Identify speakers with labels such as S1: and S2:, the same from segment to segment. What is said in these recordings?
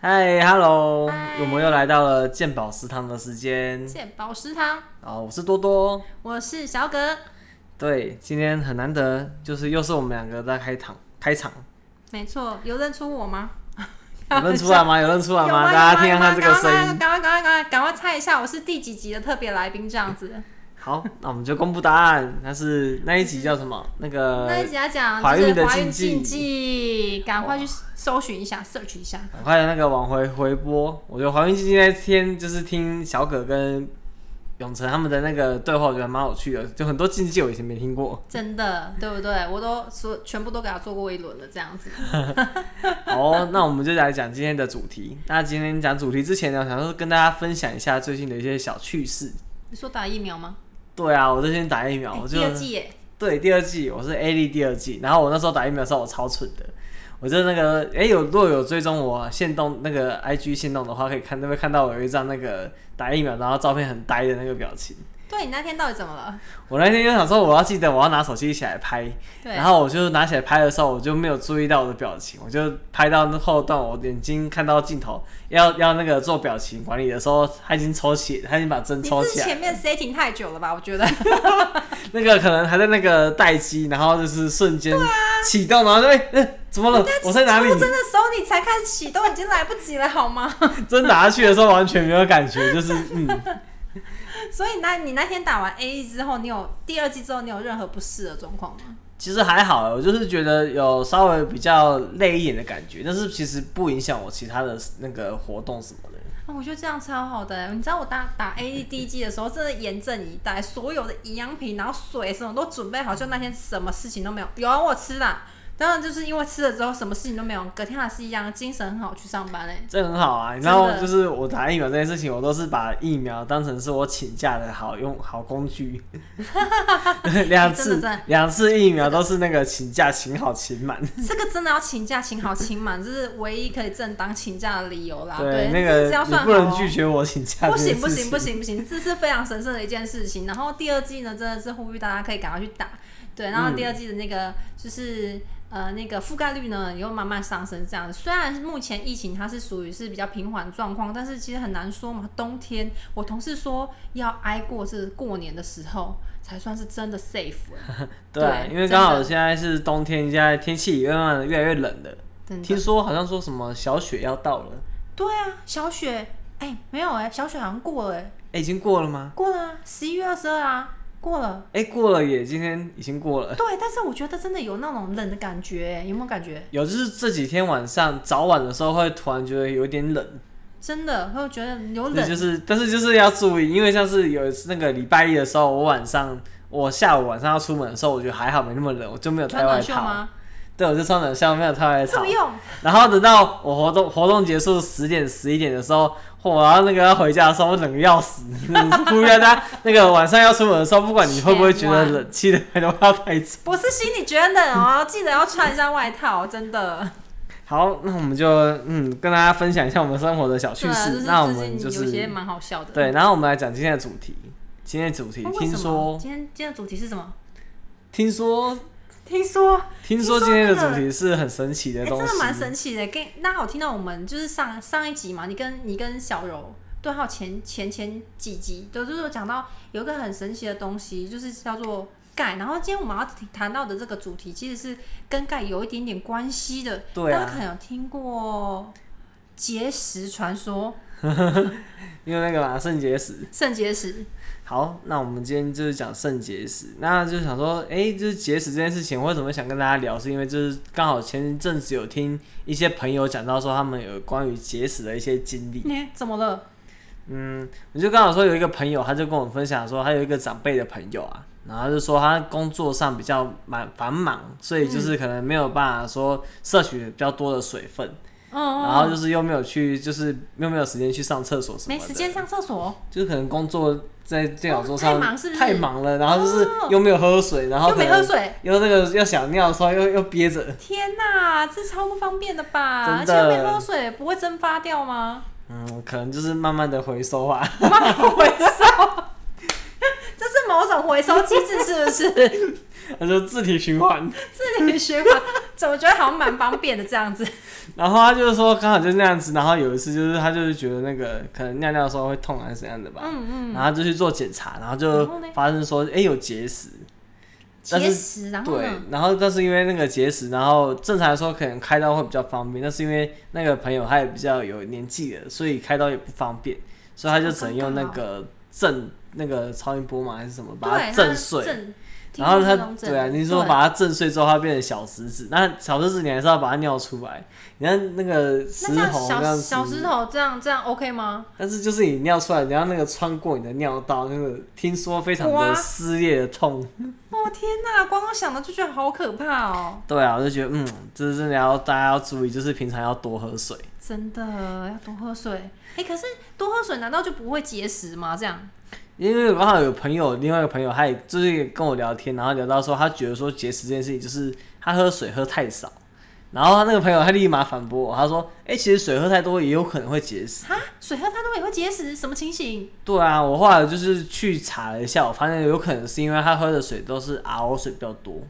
S1: 嗨，Hello，
S2: 嗨
S1: 我们又来到了鉴宝食堂的时间。
S2: 健宝食堂，
S1: 啊，我是多多。
S2: 我是小葛，
S1: 对，今天很难得，就是又是我们两个在开场开 场，
S2: 没错，有认出我吗？
S1: 有认出来吗？有认出来
S2: 有
S1: 吗？
S2: 吗
S1: 大家听
S2: 有
S1: 看看
S2: 吗
S1: 这个声
S2: 赶
S1: 音。
S2: 快赶快赶快赶快赶快猜一下，我是第几集的特别来宾这样子。
S1: 好，那我们就公布答案。那是那一集叫什么？那个
S2: 那一集要讲
S1: 怀
S2: 就
S1: 孕的
S2: 是怀孕
S1: 禁忌
S2: 禁忌，赶快去搜寻一下，search 一下。
S1: 赶快那个往回回播。我觉得怀孕基金那天就是听小葛跟永成他们的那个对话，我觉得蛮有趣的，就很多禁忌我以前没听过。
S2: 真的，对不对？我都所全部都给他做过一轮了，这样子。
S1: 好、那我们就来讲今天的主题。那今天讲主题之前呢，我想说跟大家分享一下最近的一些小趣事。
S2: 你说打疫苗吗？
S1: 对啊，我最近打疫苗，
S2: 哎
S1: 我就
S2: 第二季耶，
S1: 对第二季，我是 A D 第二季。然后我那时候打疫苗的时候，我超蠢的，我就那个哎、有如果有追踪我线动那个 I G 线动的话，可以看那边看到我有一张那个打疫苗，然后照片很呆的那个表情。
S2: 对你那天到底怎么了？
S1: 我那天就想说，我要记得我要拿手机起来拍，
S2: 对
S1: 然后我就拿起来拍的时候，我就没有注意到我的表情，我就拍到那后段，我眼睛看到镜头，要要那个做表情管理的时候，他已经抽起，他已经把针
S2: 你
S1: 抽
S2: 是
S1: 起来
S2: 前，面 setting 太久了吧？我觉得
S1: 那个可能还在那个待机，然后就是瞬间启动，然后就哎、呃怎么了？我在哪里
S2: 出？征的时候你才开始启动，已经来不及了，好吗？
S1: 针打下去的时候完全没有感觉，就是嗯，
S2: 所以那你那天打完 A E 之后，你有第二季之后，你有任何不适的状况吗？
S1: 其实还好，我就是觉得有稍微比较累一点的感觉，但是其实不影响我其他的那个活动什么的。
S2: 啊我觉得这样超好的、欸你知道我打打 A E 第一季的时候，真的严阵以待，所有的营养品，然后水什么都准备好，就那天什么事情都没有。有啊，我有吃啦。当然就是因为吃了之后什么事情都没有，隔天还是一样精神很好去上班哎、
S1: 这很好啊，然后
S2: 真的
S1: 就是我打疫苗这件事情，我都是把疫苗当成是我请假的好用好工具。 两
S2: 哎真的真
S1: 次
S2: 的
S1: 两次疫苗都是那个请假请好请满，
S2: 这个真的要请假请好请满，这是唯一可以正当请假的理由啦。对，
S1: 那
S2: 这
S1: 个
S2: 是要
S1: 你
S2: 算好、
S1: 不
S2: 哦、
S1: 能拒绝我请假
S2: 不
S1: 这件
S2: 行
S1: 事情。
S2: 不行不行不行，这是非常神圣的一件事情。然后第二季呢，真的是呼吁大家可以赶快去打。对，然后第
S1: 嗯
S2: 二季的那个、就是呃那个覆盖率呢，也又慢慢上升。这样，虽然目前疫情它是属于是比较平缓状况，但是其实很难说嘛。冬天我同事说要挨过是过年的时候才算是真的 safe 欸、
S1: 对啊，
S2: 对
S1: 因为刚
S2: 真
S1: 好
S2: 的
S1: 现在是冬天，现在天气也慢慢的越来越冷了。
S2: 真的。
S1: 听说好像说什么小雪要到了，
S2: 对啊，小雪，哎、没有哎、小雪好像过了、哎，
S1: 哎、已经过了吗？
S2: 过了啊，十一月二十二啊，过了。
S1: 哎、过了耶，今天已经过 了。
S2: 对，但是我觉得真的有那种冷的感觉、哎有没有感觉？
S1: 有就是这几天晚上早晚的时候会突然觉得有点冷，
S2: 真的会觉得有
S1: 这
S2: 冷，
S1: 就是，但是就是要注意，因为像是有一次那个礼拜一的时候，我晚上我下午晚上要出门的时候，我觉得还好没那么冷，我就没有
S2: 穿
S1: 穿外
S2: 短袖
S1: 套。
S2: 吗？
S1: 对，我就穿短袖，没有穿外
S2: 这
S1: 套
S2: 么。用，
S1: 然后等到我活动活动结束十点十一点的时候，嚯我要那个要回家的时候，我冷的要死。呼吁大家，那个晚上要出门的时候，不管你会不会觉得
S2: 千
S1: 冷，记得不要太重。
S2: 不是心里觉得冷哦，记得要穿一下外套，哦真的。
S1: 好，那我们就嗯跟大家分享一下我们生活的小趣
S2: 对啊
S1: 事。
S2: 就是
S1: 那我
S2: 最
S1: 们
S2: 近
S1: 就
S2: 有些
S1: 是
S2: 蛮好笑的。
S1: 对，然后我们来讲今天的主题。今天的主题
S2: 哎，为什
S1: 听
S2: 么
S1: 说
S2: 今天今天的主题是什么？
S1: 听说
S2: 听说
S1: 听说
S2: 听说
S1: 今天的
S2: 那
S1: 主
S2: 个
S1: 题是很神奇的
S2: 哎、
S1: 东西，
S2: 真的蛮神奇的。跟那我听到我们就是上上一集嘛，你跟你跟小柔，对，还有前前前几集，都就是有讲到有一个很神奇的东西，就是叫做钙。然后今天我们要谈到的这个主题，其实是跟钙有一点点关系的。
S1: 对啊
S2: 大家可能有听过结石传说、
S1: 因为那个嘛肾结石。
S2: 肾结石。
S1: 好，那我们今天就是讲肾结石，那就想说，哎、就是结石这件事情，我为什么想跟大家聊，是因为就是刚好前阵子有听一些朋友讲到说他们有关于结石的一些经历，
S2: 哎、怎么了？
S1: 嗯，我就刚好说有一个朋友，他就跟我分享说，他有一个长辈的朋友啊，然后他就说他工作上比较蛮繁忙，所以
S2: 嗯
S1: 就是可能没有办法说摄取比较多的水分，
S2: 嗯，
S1: 然后就是又没有去，就是又没有时间去上厕所什么
S2: 没
S1: 的，
S2: 时间上厕所，
S1: 就是可能工作在电脑桌上、
S2: 哦太忙是不是哦
S1: 太忙了，然后就是又没有喝水，然后
S2: 又没
S1: 可能
S2: 喝水。
S1: 又那个要想尿的时候又又憋着，
S2: 天哪，这超不方便的吧？而
S1: 真的
S2: 且又没喝水，不会蒸发掉吗？
S1: 啊 嗯，可能就是慢慢的回收吧。
S2: 慢慢回收，这是某种回收机制，是 不是？
S1: 他说自体循环，
S2: 自己循环，怎么觉得好像蛮方便的这样子？
S1: 然后他就是说刚好就是那样子，然后有一次就是他就是觉得那个可能尿尿的时候会痛还是怎样的吧，
S2: 嗯嗯，
S1: 然后他就去做检查，然后就
S2: 然后呢
S1: 发生说哎、诶有结石，但
S2: 结
S1: 是
S2: 石，然后
S1: 对
S2: 呢？，
S1: 然后但是因为那个结石，然后正常来说可能开刀会比较方便，但是因为那个朋友他也比较有年纪了，所以开刀也不方便，所以他就只能用那个震那个超音波嘛还是什么把
S2: 对，
S1: 它震碎。
S2: 震
S1: 然后他
S2: 听说是龙枕
S1: 对啊，你说
S2: 对
S1: 把它震碎之后，它变成小石子，那小石子你还是要把它尿出来。你看那个石
S2: 那这样
S1: 头那样
S2: 小
S1: 子，
S2: 小石头这样这样 OK 吗？
S1: 但是就是你尿出来，你要那个穿过你的尿道，那个听说非常
S2: 哇
S1: 的撕裂的痛。
S2: 哦天哪，光光想到就觉得好可怕哦，
S1: 对啊，我就觉得嗯，这是真的要大家要注意，就是平常要多喝水。
S2: 真的要多喝水。哎、可是多喝水难道就不会结石吗？这样
S1: 因为刚好有朋友，另外一个朋友，他也就是跟我聊天，然后聊到说，他觉得说节食这件事情就是他喝水喝太少，然后他那个朋友他立马反驳我，他说：“哎、其实水喝太多也有可能会节食。
S2: 哈，水喝太多也会结石，什么情形？”
S1: 对啊，我后来就是去查了一下，我发现有可能是因为他喝的水都是 RO 水比较多，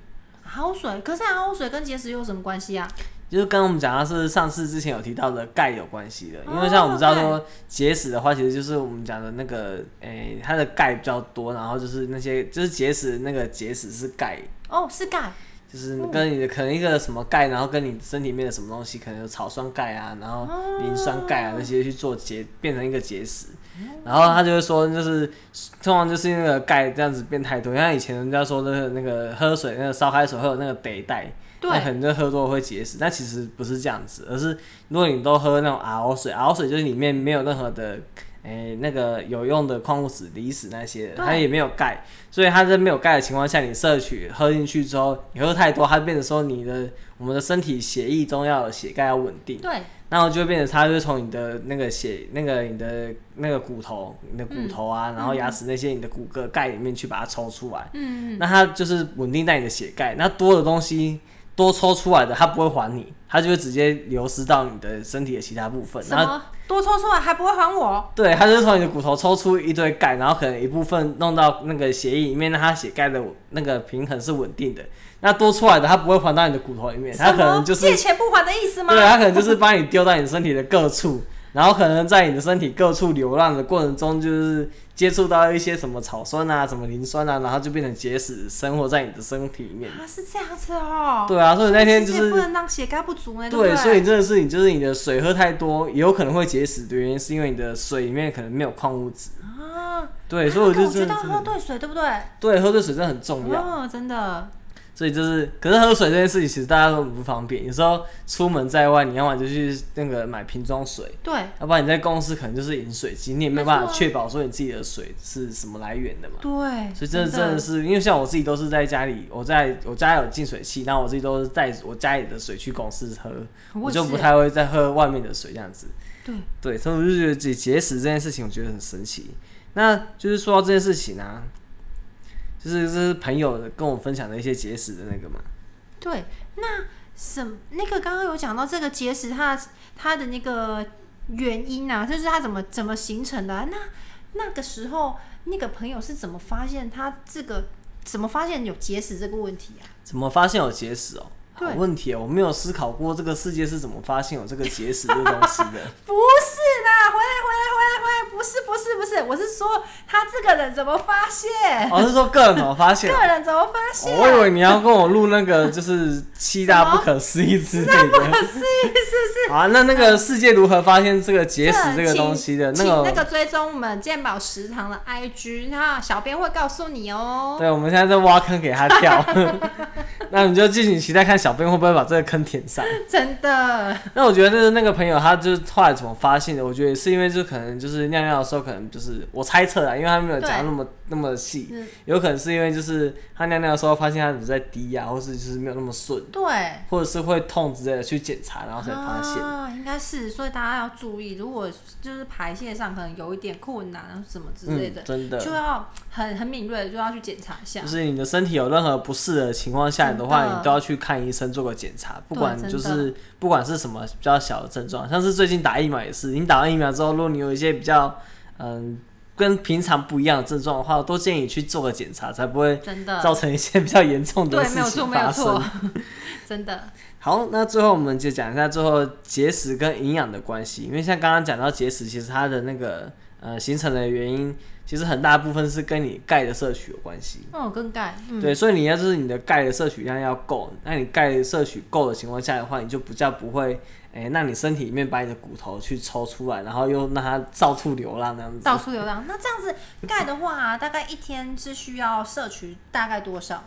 S2: 好水，可是好水跟结石又有什么关系啊？
S1: 就是跟我们讲到是上次之前有提到的钙有关系的，因为像我们知道说结石的话，其实就是我们讲的那个，诶、它的钙比较多，然后就是那些就是结石那个结石是钙，
S2: 哦，是钙，
S1: 就是跟你的可能一个什么钙，然后跟你身体里面的什么东西，可能有草酸钙啊，然后磷酸钙啊那些去做结变成一个结石，然后他就会说就是通常就是那个钙这样子变太多，像以前人家说那个那个喝水那个烧开水会有那个得带。
S2: 对
S1: 那可能就喝多了会结石，但其实不是这样子，而是如果你都喝那种 RO 水，RO 水就是里面没有任何的，诶、那个有用的矿物质、离子那些的，
S2: 对
S1: 它也没有钙，所以它在没有钙的情况下，你摄取喝进去之后，你喝太多，它变成说你的我们的身体血液中要有血钙要稳定，
S2: 对，
S1: 然后就会变成它就会从你的那个血、那个你的那个骨头、你的骨头啊，然后牙齿那些、你的骨骼钙里面去把它抽出来，
S2: 嗯，
S1: 那它就是稳定在你的血钙，那多的东西多抽出来的，它不会还你，它就会直接流失到你的身体的其他部分。
S2: 什
S1: 然后
S2: 么多抽出来还不会还我？
S1: 对，它就是从你的骨头抽出一堆钙，然后可能一部分弄到那个血液里面，让它血钙的那个平衡是稳定的。那多出来的它不会还到你的骨头里面，它
S2: 什
S1: 可
S2: 么
S1: 能就是
S2: 借钱不还的意思吗？
S1: 对，啊它可能就是把你丢到你身体的各处，然后可能在你的身体各处流浪的过程中，就是接触到一些什么草酸啊、什么磷酸啊，然后就变成结石，生活在你的身体里面。
S2: 啊，是这样子哦。
S1: 对啊，所以那天就
S2: 世界不
S1: 是
S2: 能让血钙不足呢，不
S1: 对，所以真的是你就是你的水喝太多，也有可能会结石的原因，是因为你的水里面可能没有矿物质。
S2: 啊，
S1: 对，所以我
S2: 那
S1: 就
S2: 觉
S1: 真
S2: 得
S1: 的
S2: 要
S1: 是
S2: 喝对水，对不对？
S1: 对喝醉水真的很重要。
S2: 哦，真的，
S1: 所以就是，可是喝水这件事情，其实大家都很不方便。有时候出门在外，你要么就去那个买瓶装水，
S2: 对
S1: 要不然你在公司可能就是饮水机，你也没有
S2: 没错啊
S1: 办法确保说你自己的水是什么来源的嘛。
S2: 对，
S1: 所以真的真的
S2: 是
S1: 是，因为像我自己都是在家里，我在我家有净水器，那我自己都是带我家里的水去公司喝，我就不太会再喝外面的水这样子。
S2: 对，
S1: 对，所以我就觉得节节食这件事情，我觉得很神奇。那就是说到这件事情啊，就是这是朋友跟我分享的一些节食的那个嘛。
S2: 对。那什那个刚刚有讲到这个结石它，它的那个原因啊，就是它怎么怎么形成的啊、那那个时候那个朋友是怎么发现他这个怎么发现有结石这个问题啊？
S1: 怎么发现有结石哦？好
S2: 对
S1: 问题哦，我没有思考过这个世界是怎么发现有这个结石这东西的。
S2: 不是啦，回来回来回来回来，不是不是不是，我是说他这个人怎么发现？
S1: 哦，是说个人怎么发现？
S2: 个人怎么发
S1: 哦
S2: 现？
S1: 我以为你要跟我录那个就是七大不可思议之类的。
S2: 是是
S1: 好啊，那那个世界如何发现这个结
S2: 是，
S1: 石这个
S2: 请
S1: 东西的？那
S2: 请那
S1: 个，
S2: 个追踪我们健保食堂的 IG，那小编会告诉你哦。
S1: 对，我们现在在挖坑给他 跳。那你就敬请期待看小编会不会把这个坑填上。
S2: 真的，
S1: 那我觉得那个朋友他就是后来怎么发现的？我觉得是因为就可能就是尿尿的时候，可能就是我猜测啊啦，因为他没有讲
S2: 对
S1: 那么那么细
S2: 嗯，
S1: 有可能是因为就是他尿尿的时候发现他只在滴啊呀、或是就是没有那么顺，
S2: 对。
S1: 或者是会痛之类的去检查，然后才发现。
S2: 啊，应该是，所以大家要注意，如果就是排泄上可能有一点困难什么之类
S1: 嗯
S2: 的，，
S1: 真的，
S2: 就要很很敏锐，就要去检查一下
S1: 就。是你的身体有任何不适的情况下
S2: 真的
S1: 的话，你都要去看医生做个检查，不管
S2: 真的
S1: 就是不管是什么比较小的症状，像是最近打疫苗也是，你打完疫苗之后，如果你有一些比较嗯跟平常不一样的症状的话，都建议你去做个检查，才不会
S2: 真的，
S1: 造成一些比较严重的
S2: 对，没
S1: 事
S2: 有错，
S1: 情
S2: 没有
S1: 发生
S2: 错。， 真的，
S1: 好，那最后我们就讲一下最后节食跟营养的关系，因为像刚刚讲到节食，其实它的那个呃形成的原因，其实很大部分是跟你钙的摄取有关系。
S2: 哦，更改，嗯，
S1: 对，所以你要就是你的钙的摄取量要够，那你钙的摄取够的情况下的话，你就比较不会，哎、那你身体里面把你的骨头去抽出来，然后又让它到处流浪那样子。
S2: 到处流浪。那这样子钙的话、大概一天是需要摄取大概多少？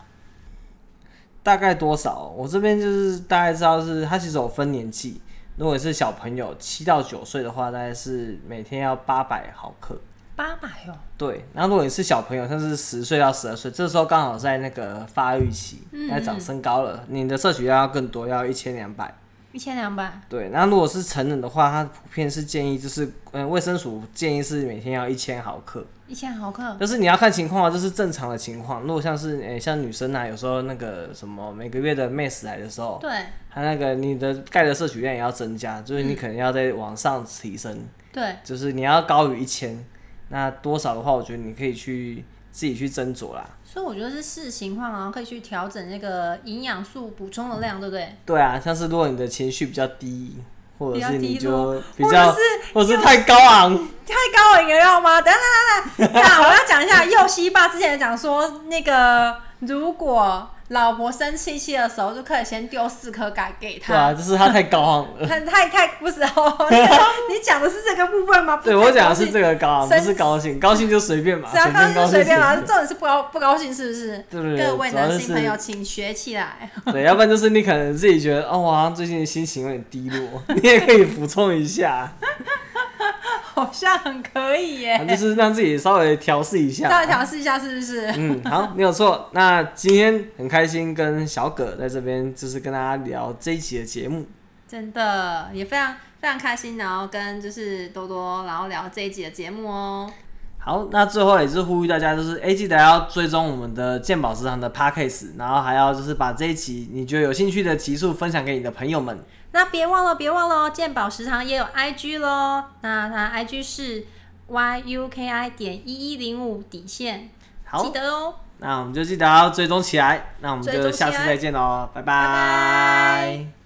S1: 大概多少？我这边就是大概知道是它其实有分年纪，如果是小朋友七到九岁的话，大概是每天要八百毫克。
S2: 八百哦，
S1: 对，然后如果你是小朋友，像是十岁到十二岁，这时候刚好在那个发育期，在长身高了，你的摄取量要更多，要一千两百。
S2: 一千两百。
S1: 对，那如果是成人的话，它普遍是建议就是，嗯，卫生署建议是每天要一千毫克，
S2: 一千毫克，
S1: 但是你要看情况啊，这是正常的情况。如果像是，诶、像女生啊，有时候那个什么每个月的 mes 来的时候，
S2: 对
S1: 它那个你的钙的摄取量也要增加，就是你可能要再往上提升，
S2: 对，
S1: 就是你要高于一千，那多少的话，我觉得你可以去自己去斟酌啦。
S2: 所以我觉得是视情况，然后可以去调整那个营养素补充的量，对不对？
S1: 对啊，像是如果你的情绪比较低，或者是你
S2: 比较低落
S1: 就比较，或者是太高昂，
S2: 太高了，你要吗？等等等等，那我要讲一下，右西爸之前讲说，那个如果老婆生气气的时候，就可以先丢四颗钙给
S1: 对啊，
S2: 他。
S1: 就是他太高昂了。
S2: 很太太不是 哦，你讲你讲的是这个部分吗？
S1: 对
S2: 不
S1: 我讲的是这个高 昂，不
S2: 生
S1: 是高兴，高兴就随便嘛，
S2: 只要
S1: 随
S2: 啊高兴
S1: 便
S2: 就
S1: 高
S2: 随
S1: 兴
S2: 便嘛，重点是不高不高兴是不是？
S1: 对对对
S2: 各位
S1: 主要
S2: 男
S1: 是
S2: 性朋友，请学起来。
S1: 对，要不然就是你可能自己觉得哦，我好像最近心情有点低落，你也可以补充一下，啊
S2: 好像很可以耶，
S1: 就是让自己稍微调试一下。
S2: 稍微调试一下是不是？
S1: 嗯，好，没有错。那今天很开心跟小葛在这边，就是跟大家聊这一期的节目。
S2: 真的也非常非常开心，然后跟就是多多，然后聊这一集的节目哦。
S1: 好，那最后也是呼吁大家，就是哎、记得要追踪我们的鉴宝食堂的 podcast，然后还要就是把这一期你觉得有兴趣的集数分享给你的朋友们。
S2: 那别忘了，别忘了哦，健宝食堂也有 IG 咯。那它 IG 是 yuki 点一一零五底线，记
S1: 好，
S2: 得哦。
S1: 那我们就记得要追踪起来。那我们
S2: 追
S1: 就
S2: 踪起
S1: 下次
S2: 来
S1: 再见喽，拜
S2: 拜
S1: 拜
S2: 拜